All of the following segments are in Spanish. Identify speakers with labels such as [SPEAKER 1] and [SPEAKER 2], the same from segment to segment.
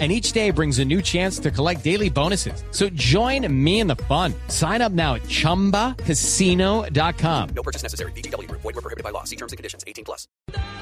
[SPEAKER 1] and each day brings a new chance to collect daily bonuses. So join me in the fun. Sign up now at ChumbaCasino.com.
[SPEAKER 2] No purchase necessary. BGW. Void were prohibited by law. See terms and conditions. 18 plus.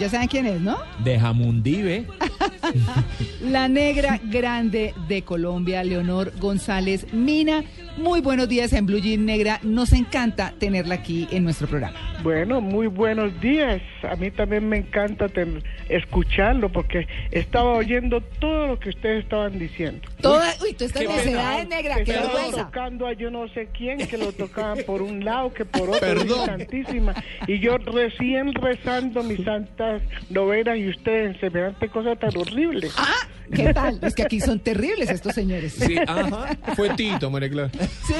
[SPEAKER 3] Ya saben quién es, ¿no?
[SPEAKER 4] de Jamundive.
[SPEAKER 3] La negra grande de Colombia, Leonor González Mina. Muy buenos días en Blue Jean Negra. Nos encanta tenerla aquí en nuestro programa.
[SPEAKER 5] Bueno, muy buenos días. A mí también me encanta ten- escucharlo porque estaba oyendo todo lo que ustedes estaban diciendo.
[SPEAKER 3] Toda, uy, tú estás
[SPEAKER 5] Qué
[SPEAKER 3] de
[SPEAKER 5] pena.
[SPEAKER 3] edad negra, qué
[SPEAKER 5] Estaban
[SPEAKER 3] vergüenza.
[SPEAKER 5] tocando a yo no sé quién, que lo tocaban por un lado, que por otro,
[SPEAKER 4] Perdón.
[SPEAKER 5] y santísima. Y yo recién rezando mis santas novenas y ustedes en semejante este cosa tan horrible.
[SPEAKER 3] Ah, ¿qué tal? Es que aquí son terribles estos señores.
[SPEAKER 4] Sí, ajá. Fue Tito, María Clara.
[SPEAKER 3] Sí.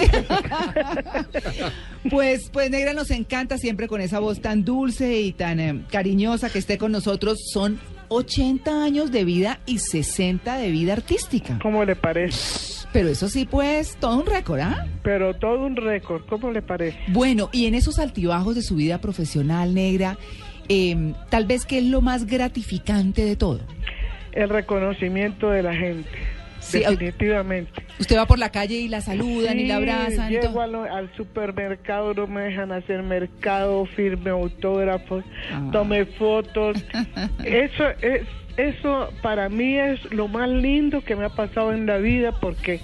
[SPEAKER 3] Pues, pues Negra nos encanta siempre con esa voz tan dulce y tan eh, cariñosa que esté con nosotros. Son 80 años de vida y 60 de vida artística.
[SPEAKER 5] ¿Cómo le parece?
[SPEAKER 3] Pero eso sí, pues, todo un récord, ¿ah?
[SPEAKER 5] Pero todo un récord, ¿cómo le parece?
[SPEAKER 3] Bueno, y en esos altibajos de su vida profesional negra, eh, tal vez que es lo más gratificante de todo.
[SPEAKER 5] El reconocimiento de la gente,
[SPEAKER 3] Sí, au-
[SPEAKER 5] definitivamente.
[SPEAKER 3] Usted va por la calle y la saludan y la
[SPEAKER 5] Sí,
[SPEAKER 3] abrazan.
[SPEAKER 5] Llego
[SPEAKER 3] todo.
[SPEAKER 5] a lo- al, supermercado, no me dejan hacer mercado, firme autógrafos,
[SPEAKER 3] Ah.
[SPEAKER 5] tome fotos. eso es, eso para mí es lo más lindo que me ha pasado en la vida porque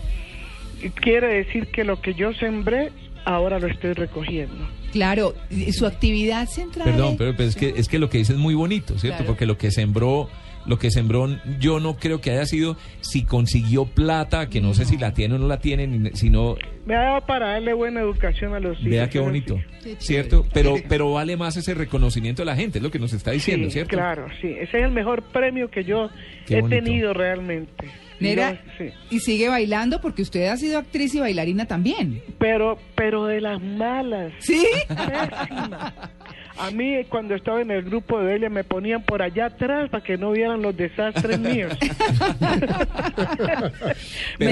[SPEAKER 5] quiere decir que lo que yo sembré ahora lo estoy recogiendo.
[SPEAKER 3] Claro, y su actividad central.
[SPEAKER 4] Perdón,
[SPEAKER 3] es-
[SPEAKER 4] pero, pero es, que, es que lo que dice es muy bonito, ¿cierto?
[SPEAKER 3] Claro.
[SPEAKER 4] Porque lo que sembró, lo que sembró, yo no creo que haya sido si consiguió plata, que no, sé si la tiene o no la tiene, ni- sino
[SPEAKER 5] Me ha dado para darle buena educación a los hijos.
[SPEAKER 4] vea qué
[SPEAKER 5] eso
[SPEAKER 4] bonito,
[SPEAKER 3] Qué
[SPEAKER 5] sí.
[SPEAKER 4] ¿cierto?
[SPEAKER 3] chévere.
[SPEAKER 4] Pero, pero vale más ese reconocimiento de la gente, es lo que nos está diciendo,
[SPEAKER 5] Sí,
[SPEAKER 4] ¿cierto?
[SPEAKER 5] claro, sí. Ese es el mejor premio que yo
[SPEAKER 4] Qué
[SPEAKER 5] he
[SPEAKER 4] bonito.
[SPEAKER 5] tenido realmente.
[SPEAKER 3] Negra,
[SPEAKER 5] Yo- sí.
[SPEAKER 3] y sigue bailando porque usted ha sido actriz y bailarina también.
[SPEAKER 5] Pero, pero de las malas.
[SPEAKER 3] ¿Sí?
[SPEAKER 5] pésima. A mí cuando estaba en el grupo de ella me ponían por allá atrás para que no vieran los desastres míos.
[SPEAKER 4] Pero,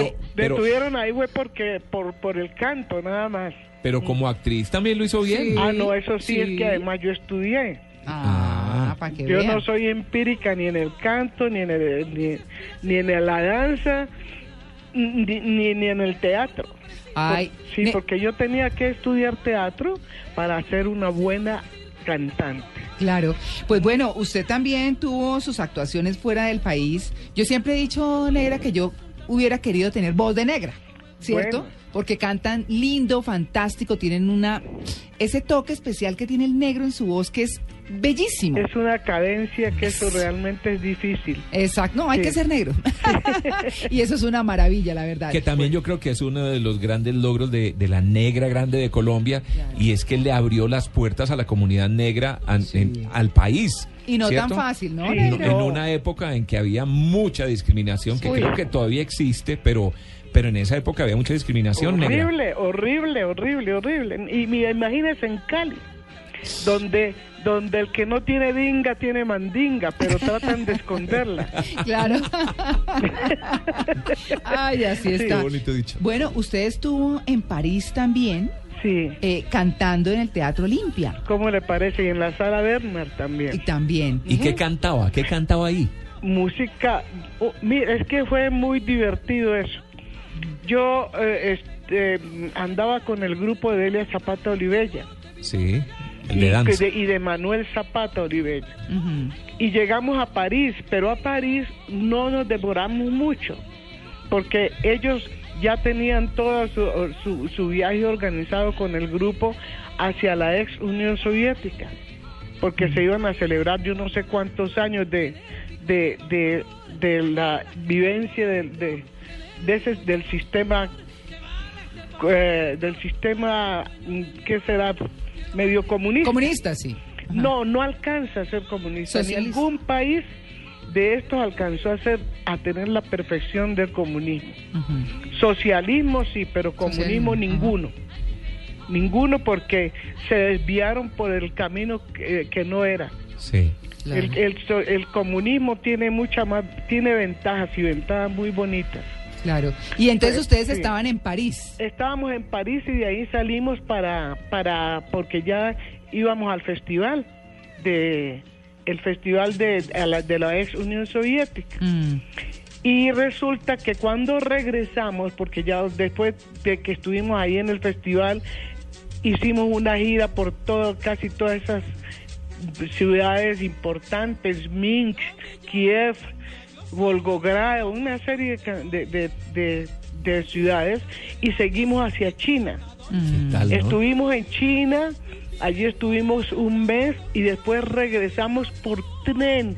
[SPEAKER 3] Me-
[SPEAKER 4] pero,
[SPEAKER 5] Detuvieron ahí fue porque por por el canto nada más.
[SPEAKER 4] pero como actriz también lo hizo bien.
[SPEAKER 3] Sí.
[SPEAKER 5] Ah no eso sí,
[SPEAKER 3] sí.
[SPEAKER 5] es que además yo estudié.
[SPEAKER 3] Ah, para que
[SPEAKER 5] Yo
[SPEAKER 3] vea.
[SPEAKER 5] no soy empírica ni en el canto ni en el, ni, ni en la danza ni, ni, ni en el teatro.
[SPEAKER 3] Ay,
[SPEAKER 5] Sí,
[SPEAKER 3] ne-
[SPEAKER 5] porque yo tenía que estudiar teatro para ser una buena cantante.
[SPEAKER 3] Claro, pues bueno, usted también tuvo sus actuaciones fuera del país. Yo siempre he dicho, negra, que yo hubiera querido tener voz de negra, ¿cierto?
[SPEAKER 5] Bueno.
[SPEAKER 3] Porque cantan lindo, fantástico, tienen una ese toque especial que tiene el negro en su voz que es bellísimo.
[SPEAKER 5] Es una cadencia que eso realmente es difícil.
[SPEAKER 3] Exacto, no, hay
[SPEAKER 5] Sí.
[SPEAKER 3] que ser negro. y eso es una maravilla, la verdad.
[SPEAKER 4] Que también yo creo que es uno de los grandes logros de, de la negra grande de Colombia
[SPEAKER 3] Claro.
[SPEAKER 4] y es que le abrió las puertas a la comunidad negra an-
[SPEAKER 3] Sí.
[SPEAKER 4] en- al país.
[SPEAKER 3] Y no
[SPEAKER 4] ¿cierto?
[SPEAKER 3] tan fácil, ¿no?
[SPEAKER 5] Sí,
[SPEAKER 4] En-
[SPEAKER 3] negro?
[SPEAKER 4] En una época en que había mucha discriminación, que
[SPEAKER 5] Uy.
[SPEAKER 4] creo que todavía existe, pero, pero en esa época había mucha discriminación negra.
[SPEAKER 5] Horrible, horrible, horrible, horrible. Y mira, imagínese en Cali, donde, donde el que no tiene dinga tiene mandinga, pero tratan de esconderla.
[SPEAKER 3] Claro. Ay, así está.
[SPEAKER 4] dicho.
[SPEAKER 3] Bueno, usted estuvo en París también.
[SPEAKER 5] Sí,
[SPEAKER 3] eh, cantando en el Teatro Olimpia.
[SPEAKER 5] ¿cómo le parece? Y en la sala Bernard
[SPEAKER 3] Y
[SPEAKER 5] también.
[SPEAKER 3] también.
[SPEAKER 4] ¿Y qué cantaba? ¿Qué cantaba ahí?
[SPEAKER 5] Música, oh, mira, es que fue muy divertido eso. Yo eh, este, andaba con el grupo de Elia Zapata Olivella
[SPEAKER 4] Sí, el
[SPEAKER 5] y
[SPEAKER 4] de danza.
[SPEAKER 5] pues, de- y de Manuel Zapata Olivella.
[SPEAKER 3] Ujú.
[SPEAKER 5] y llegamos a París, pero a París no nos demoramos mucho, porque ellos ya tenían todo su, su- su viaje organizado con el grupo hacia la ex Unión Soviética, porque
[SPEAKER 3] Mm.
[SPEAKER 5] se iban a celebrar yo no sé cuántos años de, de, de- de la vivencia del- de- de ese- del sistema eh, del sistema mm, que será medio comunista
[SPEAKER 3] Comunista, sí. Ajá.
[SPEAKER 5] no, no alcanza a ser comunista.
[SPEAKER 3] Socialista.
[SPEAKER 5] Ningún país de estos alcanzó a ser a tener la perfección del comunismo.
[SPEAKER 3] Ujú.
[SPEAKER 5] Socialismo sí, pero
[SPEAKER 3] Socialismo,
[SPEAKER 5] comunismo
[SPEAKER 3] ajá.
[SPEAKER 5] ninguno. Ninguno porque se desviaron por el camino que, que no era.
[SPEAKER 4] Sí.
[SPEAKER 5] El, el so- el comunismo tiene mucha más, tiene ventajas y ventajas muy bonitas.
[SPEAKER 3] Claro. Y entonces
[SPEAKER 5] Pues,
[SPEAKER 3] ustedes
[SPEAKER 5] sí.
[SPEAKER 3] estaban en París.
[SPEAKER 5] Estábamos en París y de ahí salimos para, para, porque ya íbamos al festival de el festival de, a la- de la ex Unión Soviética.
[SPEAKER 3] Mm,
[SPEAKER 5] Y resulta que cuando regresamos, porque ya después de que estuvimos ahí en el festival, hicimos una gira por todo, casi todas esas ciudades importantes, Minsk, Kiev, Volgogrado, una serie de ca- de, de- de- de ciudades, y seguimos hacia China.
[SPEAKER 4] ¿Qué
[SPEAKER 3] Mm.
[SPEAKER 4] tal, no?
[SPEAKER 5] Estuvimos en China, allí estuvimos un mes y después regresamos por tren.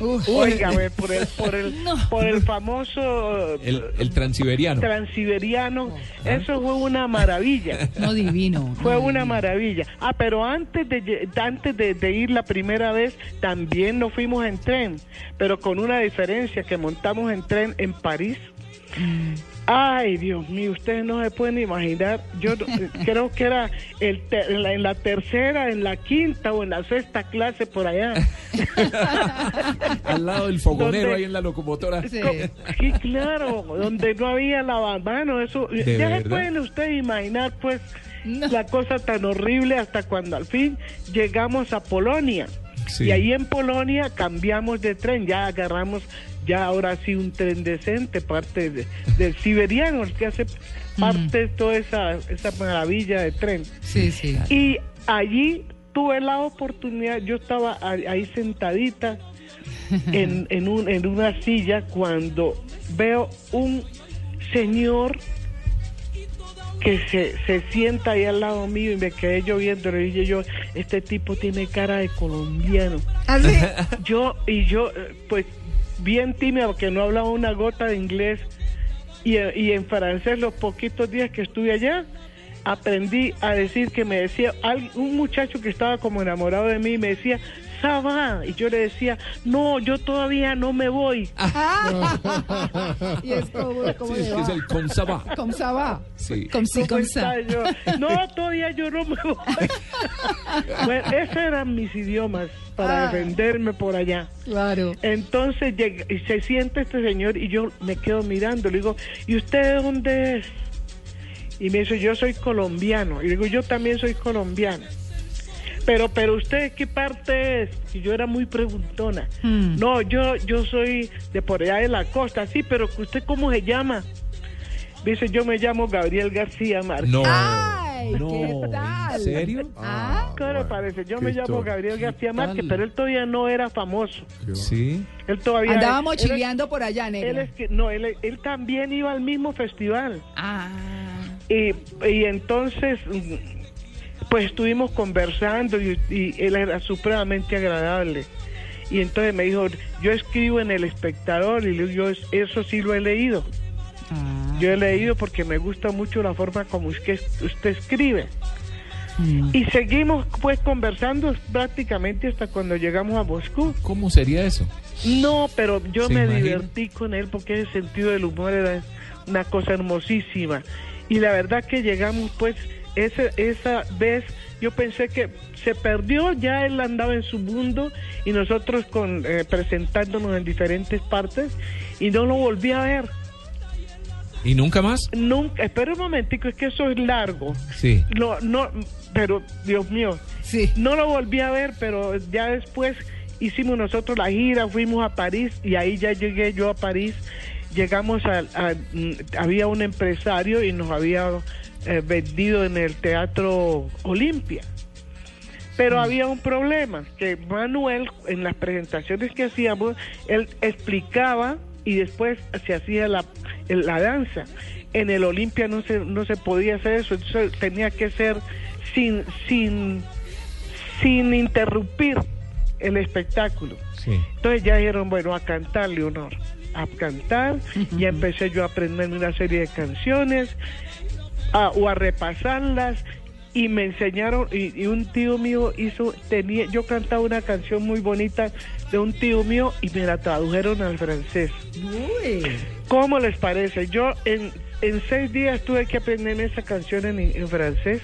[SPEAKER 3] Uf.
[SPEAKER 5] Óigame, por el, por el,
[SPEAKER 3] No.
[SPEAKER 5] por el famoso eh,
[SPEAKER 4] El, Ah. el transiberiano.
[SPEAKER 5] transiberiano, eso fue una maravilla.
[SPEAKER 3] No divino.
[SPEAKER 5] Fue
[SPEAKER 3] no
[SPEAKER 5] una
[SPEAKER 3] divino.
[SPEAKER 5] maravilla. Ah, pero antes de lle- antes de, de ir la primera vez también nos fuimos en tren, pero con una diferencia que montamos en tren en París. Ay, Dios mío, ustedes no se pueden imaginar. Yo no- eh, creo que era el ter- en, la, en la tercera, en la quinta o en la sexta clase por allá.
[SPEAKER 4] Al lado del fogonero
[SPEAKER 5] ¿Dónde?
[SPEAKER 4] ahí en la locomotora.
[SPEAKER 3] Sí.
[SPEAKER 5] Sí, claro, donde no había lavamanos, eso.
[SPEAKER 4] ¿De
[SPEAKER 5] ya se
[SPEAKER 4] verdad?
[SPEAKER 5] pueden ustedes imaginar, pues,
[SPEAKER 3] No.
[SPEAKER 5] la cosa tan horrible hasta cuando al fin llegamos a Polonia.
[SPEAKER 4] Sí.
[SPEAKER 5] Y ahí en Polonia cambiamos de tren, ya agarramos, ya ahora sí un tren decente, parte de- del siberiano, el que hace
[SPEAKER 3] Mm.
[SPEAKER 5] parte de toda esa, esa maravilla de tren.
[SPEAKER 3] Sí, sí.
[SPEAKER 5] Y allí tuve la oportunidad, yo estaba a- ahí sentadita en, en, un- en una silla cuando veo un señor que se, se sienta ahí al lado mío y me quedé yo viendo, y dije yo, este tipo tiene cara de colombiano.
[SPEAKER 3] Así.
[SPEAKER 5] Yo, y yo, eh, pues, bien tímida, porque no hablaba una gota de inglés. Y, eh, y en francés, los poquitos días que estuve allá, aprendí a decir que me decía, al- un muchacho que estaba como enamorado de mí, me decía, ça va", Y yo le decía, no, yo todavía no me voy.
[SPEAKER 3] Ah,
[SPEAKER 5] Ah.
[SPEAKER 3] y es como, como
[SPEAKER 4] Sí, es
[SPEAKER 3] de
[SPEAKER 4] que es
[SPEAKER 3] va.
[SPEAKER 4] el consabá.
[SPEAKER 3] Comme ça va.
[SPEAKER 4] Sí.
[SPEAKER 3] Comme si,
[SPEAKER 5] ¿Cómo
[SPEAKER 3] comme ça.
[SPEAKER 5] está? Yo, no, todavía yo no me voy. bueno, esos eran mis idiomas para
[SPEAKER 3] Ah.
[SPEAKER 5] defenderme por allá.
[SPEAKER 3] Claro.
[SPEAKER 5] Entonces llega, y se sienta este señor y yo me quedo mirando. Le digo, ¿y usted de dónde es? Y me dice, yo soy colombiano. Y le digo, yo también soy colombiana. Pero, pero usted, de ¿qué parte es? Y yo era muy preguntona.
[SPEAKER 3] Hmm.
[SPEAKER 5] No, yo, yo soy de por allá de la costa. Sí, pero ¿usted cómo se llama? Me dice, yo me llamo Gabriel García Márquez.
[SPEAKER 4] No.
[SPEAKER 3] Ay,
[SPEAKER 4] no.
[SPEAKER 3] ¿qué tal?
[SPEAKER 4] ¿En serio?
[SPEAKER 3] Ah,
[SPEAKER 5] Claro, parece. Yo me llamo Gabriel García Márquez, pero él todavía no era famoso.
[SPEAKER 4] Sí.
[SPEAKER 5] Él todavía
[SPEAKER 3] andaba
[SPEAKER 5] Ah. era-
[SPEAKER 3] mochileando por allá,
[SPEAKER 5] Él
[SPEAKER 3] negra.
[SPEAKER 5] es que, no, él, él también iba al mismo festival.
[SPEAKER 3] Ah.
[SPEAKER 5] Y, y entonces, mm, pues estuvimos conversando y, y él era supremamente agradable. Y entonces me dijo, yo escribo en El Espectador y le digo, yo es- eso sí lo he leído.
[SPEAKER 3] Ah.
[SPEAKER 5] Yo he leído porque me gusta mucho la forma como es que usted escribe.
[SPEAKER 3] Mm.
[SPEAKER 5] Y seguimos pues conversando prácticamente hasta cuando llegamos a Moscú.
[SPEAKER 4] ¿Cómo sería eso?
[SPEAKER 5] No, pero yo
[SPEAKER 4] ¿Se
[SPEAKER 5] me
[SPEAKER 4] imagina?
[SPEAKER 5] divertí con él porque ese sentido del humor era una cosa hermosísima. Y la verdad que llegamos, pues, ese, esa vez yo pensé que se perdió, ya él andaba en su mundo y nosotros con, eh, presentándonos en diferentes partes y no lo volví a ver.
[SPEAKER 4] ¿Y nunca más?
[SPEAKER 5] Nunca, espera un momentico, es que eso es largo.
[SPEAKER 4] Sí.
[SPEAKER 5] No, no, pero Dios mío,
[SPEAKER 3] Sí.
[SPEAKER 5] no lo volví a ver, pero ya después hicimos nosotros la gira, fuimos a París y ahí ya llegué yo a París. Llegamos a, a- mm, había un empresario y nos había eh, vendido en el Teatro Olimpia. Pero había un problema, que Manuel en las presentaciones que hacíamos, él explicaba y después se hacía la, el- la danza. En el Olimpia no se, no se podía hacer eso, entonces tenía que ser sin, sin, sin interrumpir el espectáculo.
[SPEAKER 4] Sí.
[SPEAKER 5] Entonces ya dijeron, bueno, a cantar, Leonor, a cantar. Ya empecé yo a aprender una serie de canciones a- o a repasarlas. Y me enseñaron, y, y un tío mío hizo, tenía, yo cantaba una canción muy bonita de un tío mío y me la tradujeron al francés.
[SPEAKER 3] Uy.
[SPEAKER 5] ¿Cómo les parece? Yo en en seis días tuve que aprenderme esa canción en, en francés.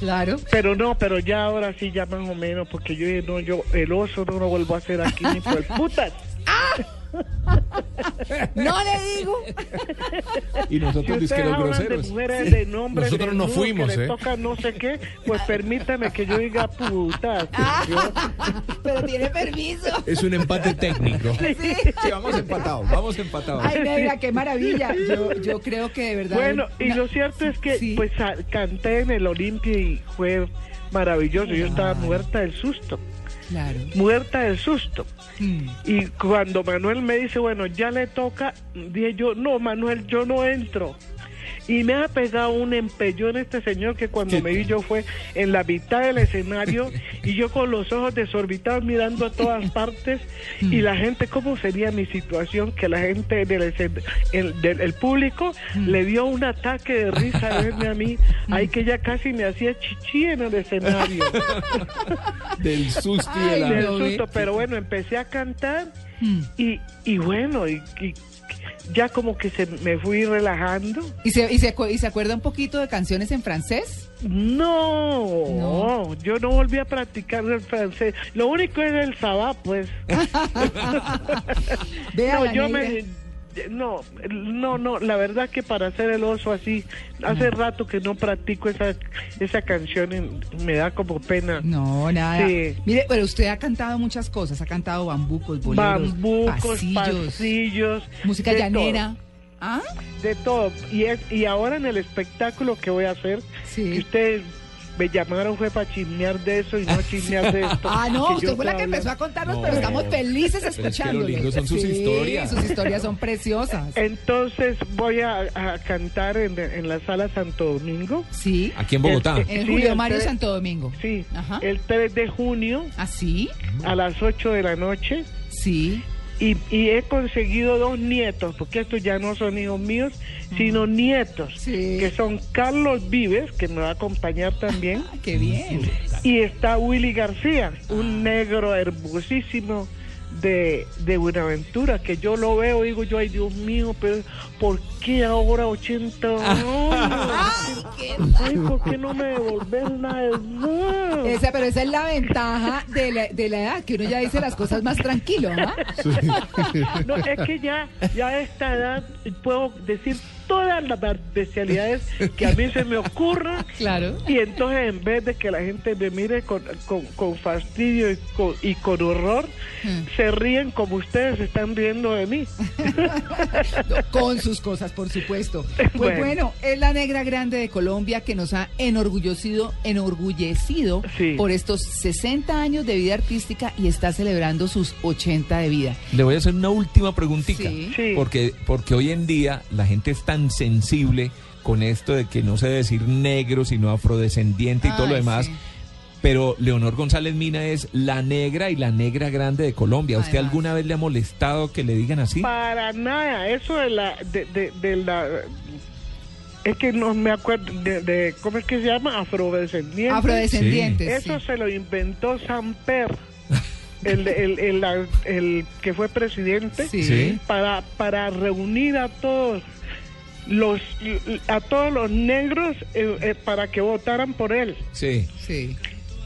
[SPEAKER 3] Claro.
[SPEAKER 5] Pero no, pero ya ahora sí, ya más o menos, porque yo dije, no, yo el oso no lo vuelvo a hacer aquí ni por el putas.
[SPEAKER 3] No le digo.
[SPEAKER 4] Y
[SPEAKER 5] Si
[SPEAKER 4] nosotros dizque
[SPEAKER 5] ustedes
[SPEAKER 4] los
[SPEAKER 5] hablan de
[SPEAKER 4] groseros.
[SPEAKER 5] mujeres, de nombres,
[SPEAKER 6] Nosotros
[SPEAKER 5] de
[SPEAKER 6] no
[SPEAKER 5] nudos,
[SPEAKER 6] fuimos,
[SPEAKER 5] que le
[SPEAKER 6] ¿eh?
[SPEAKER 5] toca no sé qué, pues permítame que yo diga putas. Yo-
[SPEAKER 3] Pero tiene permiso.
[SPEAKER 6] Es un empate técnico.
[SPEAKER 3] Sí.
[SPEAKER 4] Sí, vamos empatados, vamos empatados.
[SPEAKER 3] Ay, negra, qué maravilla. Yo, yo creo que de verdad.
[SPEAKER 5] Bueno, y
[SPEAKER 3] una-
[SPEAKER 5] lo cierto es que
[SPEAKER 3] Sí.
[SPEAKER 5] pues a- canté en el Olimpia y fue maravilloso. Yo estaba muerta del susto,
[SPEAKER 3] Claro.
[SPEAKER 5] muerta del susto.
[SPEAKER 3] Mm.
[SPEAKER 5] Y cuando Manuel me dice, bueno, ya le toca, dije yo, no, Manuel, yo no entro. Y me ha pegado un empellón este señor que cuando me vi yo fue en la mitad del escenario y yo con los ojos desorbitados mirando a todas partes y la gente, ¿cómo sería mi situación? Que la gente del, escen- el, del el público le dio un ataque de risa de verme a mí, ahí que ya casi me hacía chichi en el escenario.
[SPEAKER 4] Del susto y de
[SPEAKER 3] Ay,
[SPEAKER 4] la...
[SPEAKER 5] del
[SPEAKER 3] Lo ve.
[SPEAKER 5] susto, pero bueno, empecé a cantar
[SPEAKER 3] Mm.
[SPEAKER 5] y, y bueno, y, y ya como que se me fui relajando.
[SPEAKER 3] ¿Y se, y, se, acu- ¿Y se acuerda un poquito de canciones en francés?
[SPEAKER 5] No,
[SPEAKER 3] No.
[SPEAKER 5] yo no volví a practicar el francés. Lo único era el sabá, pues.
[SPEAKER 3] Vea,
[SPEAKER 5] No,
[SPEAKER 3] Ah, la
[SPEAKER 5] yo
[SPEAKER 3] negra.
[SPEAKER 5] me... No, no, no, la verdad que para hacer el oso así, hace
[SPEAKER 3] Ah.
[SPEAKER 5] rato que no practico esa, esa canción y me da como pena.
[SPEAKER 3] No, nada.
[SPEAKER 5] Sí.
[SPEAKER 3] Mire, pero usted ha cantado muchas cosas. Ha cantado bambucos, boleros,
[SPEAKER 5] Bambucos,
[SPEAKER 3] pasillos,
[SPEAKER 5] pasillos,
[SPEAKER 3] música
[SPEAKER 5] de
[SPEAKER 3] llanera. ¿Ah?
[SPEAKER 5] todo, de todo. Y, es, y ahora en el espectáculo que voy a hacer, que
[SPEAKER 3] Sí.
[SPEAKER 5] ustedes me llamaron fue para chismear de eso y no chismear de esto.
[SPEAKER 3] Ah, no,
[SPEAKER 5] Que
[SPEAKER 3] usted
[SPEAKER 5] yo
[SPEAKER 3] fue la que
[SPEAKER 5] estaba
[SPEAKER 3] empezó a contarnos,
[SPEAKER 4] No,
[SPEAKER 3] pero estamos felices
[SPEAKER 4] es que lo
[SPEAKER 3] escuchándole.
[SPEAKER 4] lindo son sus
[SPEAKER 3] Sí,
[SPEAKER 4] historias.
[SPEAKER 3] Sus historias son preciosas.
[SPEAKER 5] Entonces voy a, a cantar en, en la sala Santo Domingo.
[SPEAKER 3] Sí.
[SPEAKER 4] Aquí en Bogotá.
[SPEAKER 5] Este-
[SPEAKER 3] En
[SPEAKER 5] Sí,
[SPEAKER 3] Julio
[SPEAKER 5] el
[SPEAKER 3] Mario
[SPEAKER 5] tres-
[SPEAKER 3] Santo Domingo.
[SPEAKER 5] Sí,
[SPEAKER 3] Ajá.
[SPEAKER 5] el 3 de junio
[SPEAKER 3] ¿Así?
[SPEAKER 5] a las 8 de la noche.
[SPEAKER 3] Sí.
[SPEAKER 5] Y, y he conseguido dos nietos, porque estos ya no son hijos míos, sino nietos,
[SPEAKER 3] Sí.
[SPEAKER 5] que son Carlos Vives, que me va a acompañar también,
[SPEAKER 3] Ah, qué bien.
[SPEAKER 5] y está Willy García, un negro hermosísimo de, de Buenaventura, que yo lo veo y digo yo, ay Dios mío, pero ¿por qué ahora 80 años? Ah. Ay, ¿por qué no me devolver nada? No.
[SPEAKER 3] Esa, pero esa es la ventaja de la, de la edad, que uno ya dice las cosas más tranquilo, ¿ah?
[SPEAKER 5] No, es que ya, ya a esta edad puedo decir todas las especialidades que a mí se me ocurran
[SPEAKER 3] Claro.
[SPEAKER 5] Y entonces en vez de que la gente me mire con, con- con fastidio y con, y con horror, se ríen como ustedes se están riendo de mí.
[SPEAKER 3] Con sus cosas, por supuesto. Pues bueno.
[SPEAKER 5] Bueno.
[SPEAKER 3] es la negra grande de Colombia que nos ha enorgullecido, enorgullecido
[SPEAKER 5] Sí.
[SPEAKER 3] por estos 60 años de vida artística y está celebrando sus 80 de vida.
[SPEAKER 4] Le voy a hacer una última preguntita.
[SPEAKER 3] Sí.
[SPEAKER 5] Sí.
[SPEAKER 4] Porque, porque hoy en día la gente es tan sensible con esto de que no se debe decir negro, sino afrodescendiente y todo lo
[SPEAKER 3] Ay,
[SPEAKER 4] demás.
[SPEAKER 3] sí.
[SPEAKER 4] Pero Leonor González Mina es la negra y la negra grande de Colombia. ¿Usted
[SPEAKER 3] Además.
[SPEAKER 4] alguna vez le ha molestado que le digan así?
[SPEAKER 5] Para nada, eso de la... De, de- de la es que no me acuerdo de, de- ¿cómo es que se llama? Afrodescendiente.
[SPEAKER 3] Afrodescendientes.
[SPEAKER 5] Eso
[SPEAKER 3] sí.
[SPEAKER 5] se lo inventó Samper, el, el, el, el- el que fue presidente,
[SPEAKER 3] Sí.
[SPEAKER 4] Sí.
[SPEAKER 5] para, para reunir a todos los a todos los negros eh, eh, para que votaran por él.
[SPEAKER 4] Sí.
[SPEAKER 3] sí.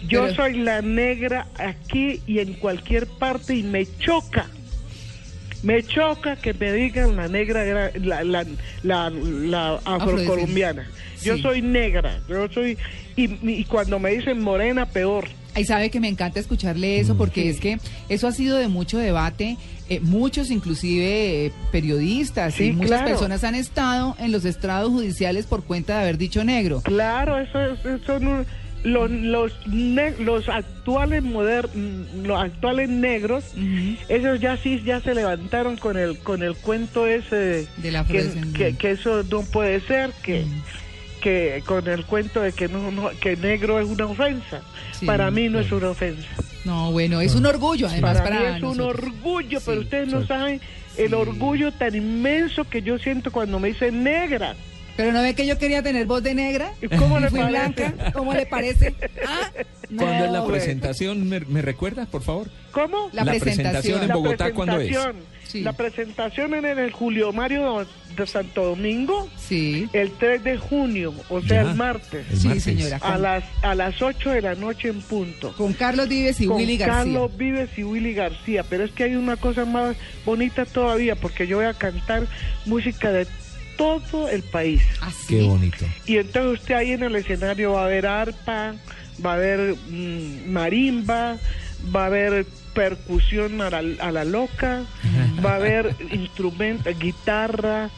[SPEAKER 5] Yo
[SPEAKER 3] Pero-
[SPEAKER 5] soy la negra aquí y en cualquier parte y me choca. Me choca que me digan la negra, gra- la, la, la- la afrocolombiana. Yo
[SPEAKER 3] Sí.
[SPEAKER 5] soy negra, yo soy... Y, y cuando me dicen morena, peor.
[SPEAKER 3] Y sabe que me encanta escucharle
[SPEAKER 5] Mm.
[SPEAKER 3] eso porque es que eso ha sido de mucho debate. eh, muchos, inclusive eh, periodistas y
[SPEAKER 5] Sí,
[SPEAKER 3] muchas
[SPEAKER 5] claro.
[SPEAKER 3] personas han estado en los estrados judiciales por cuenta de haber dicho negro.
[SPEAKER 5] Claro, eso, es- eso son un- los, los, ne- los actuales moder- mm, los actuales negros,
[SPEAKER 3] Ujú.
[SPEAKER 5] ellos ya sí ya se levantaron con el con el cuento ese
[SPEAKER 3] De la
[SPEAKER 5] que,
[SPEAKER 3] afrodescendencia.
[SPEAKER 5] que, que eso no puede ser, que que con el cuento de que no, no- que negro es una ofensa.
[SPEAKER 3] Sí.
[SPEAKER 5] para mí no es una ofensa.
[SPEAKER 3] No, bueno, es un orgullo además
[SPEAKER 5] Ah. Para,
[SPEAKER 3] para,
[SPEAKER 5] mí es un
[SPEAKER 3] nosotros.
[SPEAKER 5] orgullo,
[SPEAKER 3] Sí,
[SPEAKER 5] pero ustedes no saben el orgullo tan inmenso que yo siento cuando me dicen negra.
[SPEAKER 3] Pero no ve que yo quería tener voz de negra
[SPEAKER 5] ¿Y cómo
[SPEAKER 3] y
[SPEAKER 5] le
[SPEAKER 3] fui
[SPEAKER 5] parece?
[SPEAKER 3] blanca, ¿cómo le parece? ¿Ah?
[SPEAKER 4] ¿Cuándo es la
[SPEAKER 3] No,
[SPEAKER 5] güey.
[SPEAKER 4] presentación? ¿Me, me recuerdas, por favor?
[SPEAKER 5] ¿Cómo?
[SPEAKER 3] La presentación.
[SPEAKER 4] en
[SPEAKER 3] La
[SPEAKER 4] Bogotá, ¿cuándo es?
[SPEAKER 5] presentación.
[SPEAKER 3] Sí.
[SPEAKER 5] La presentación en el Julio Mario de Santo Domingo,
[SPEAKER 3] Sí.
[SPEAKER 5] el 3 de junio, o sea,
[SPEAKER 4] Ya.
[SPEAKER 5] el martes,
[SPEAKER 4] El
[SPEAKER 3] Sí,
[SPEAKER 4] martes.
[SPEAKER 3] señora.
[SPEAKER 5] a las, a las 8 de la noche en punto.
[SPEAKER 3] Con Carlos Vives y
[SPEAKER 5] con
[SPEAKER 3] Willy García.
[SPEAKER 5] Carlos Vives y Willy García. Pero es que hay una cosa más bonita todavía, porque yo voy a cantar música de todo el país.
[SPEAKER 3] Así.
[SPEAKER 4] Qué bonito.
[SPEAKER 5] Y entonces usted ahí en el escenario va a ver arpa, va a haber mm, marimba, va a haber percusión a la, a la loca, va a haber instrumento, guitarra,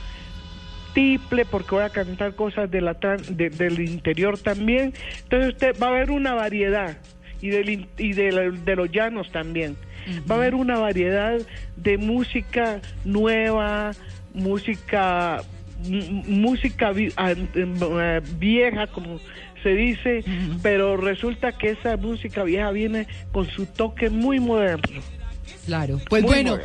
[SPEAKER 5] tiple, porque voy a cantar cosas de la tran- de- del interior también. Entonces usted va a haber una variedad y, del, in- y de, la- de los llanos también. Va a haber una variedad de música nueva, música m- música vi- an- em, eh, vieja como se dice, pero resulta que esa música vieja viene con su toque muy moderno.
[SPEAKER 3] Claro. Pues
[SPEAKER 5] Muy
[SPEAKER 3] bueno,
[SPEAKER 5] bueno.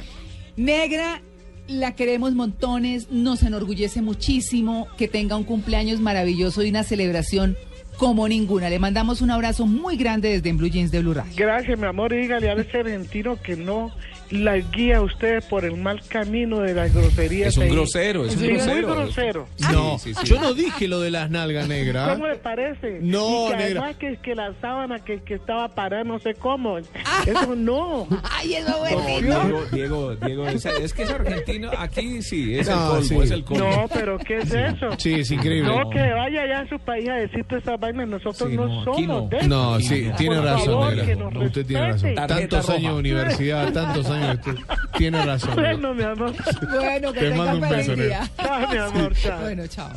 [SPEAKER 3] Negra, la queremos montones, nos enorgullece muchísimo que tenga un cumpleaños maravilloso y una celebración como ninguna. Le mandamos un abrazo muy grande desde en Blue Jeans de Blue Radio.
[SPEAKER 5] Gracias, mi amor, y dígale a ese argentino que no la guía a ustedes por el mal camino de las groserías.
[SPEAKER 4] Es un
[SPEAKER 5] ahí.
[SPEAKER 4] grosero, es un
[SPEAKER 5] Sí, muy
[SPEAKER 4] grosero.
[SPEAKER 5] grosero.
[SPEAKER 6] No,
[SPEAKER 4] Sí, sí, sí.
[SPEAKER 6] yo no dije lo de las nalgas negras.
[SPEAKER 5] ¿Cómo le parece?
[SPEAKER 6] No,
[SPEAKER 5] y que
[SPEAKER 6] negra.
[SPEAKER 5] además que, que la sábana que, que estaba parada no sé cómo. Eso no.
[SPEAKER 3] ¡Ay, eso bueno!
[SPEAKER 4] Diego, Diego, Diego, es, es que es argentino, aquí sí, es
[SPEAKER 6] No,
[SPEAKER 4] el colmo,
[SPEAKER 6] sí.
[SPEAKER 4] es el colmo.
[SPEAKER 5] No, pero ¿qué es eso?
[SPEAKER 6] Sí, es increíble.
[SPEAKER 5] No, que vaya allá a su país a decir todas esas vainas. Nosotros
[SPEAKER 4] Sí,
[SPEAKER 5] no,
[SPEAKER 4] no, aquí
[SPEAKER 5] somos
[SPEAKER 4] no.
[SPEAKER 5] de eso.
[SPEAKER 6] No,
[SPEAKER 4] Ay,
[SPEAKER 6] sí,
[SPEAKER 4] no.
[SPEAKER 6] tiene
[SPEAKER 4] Por
[SPEAKER 6] razón,
[SPEAKER 4] favor,
[SPEAKER 6] negra.
[SPEAKER 4] que nos
[SPEAKER 6] Usted tiene razón.
[SPEAKER 5] respete.
[SPEAKER 4] Tarjeta
[SPEAKER 6] Tantos años
[SPEAKER 4] roja.
[SPEAKER 6] de universidad, tantos años. de estudio. Tiene razón. negra.
[SPEAKER 5] Bueno, mi amor.
[SPEAKER 3] Bueno, que
[SPEAKER 6] Te
[SPEAKER 3] tenga
[SPEAKER 6] mando un
[SPEAKER 3] feliz
[SPEAKER 6] beso,
[SPEAKER 3] día.
[SPEAKER 5] Chao, mi amor. Chao.
[SPEAKER 3] Bueno, chao.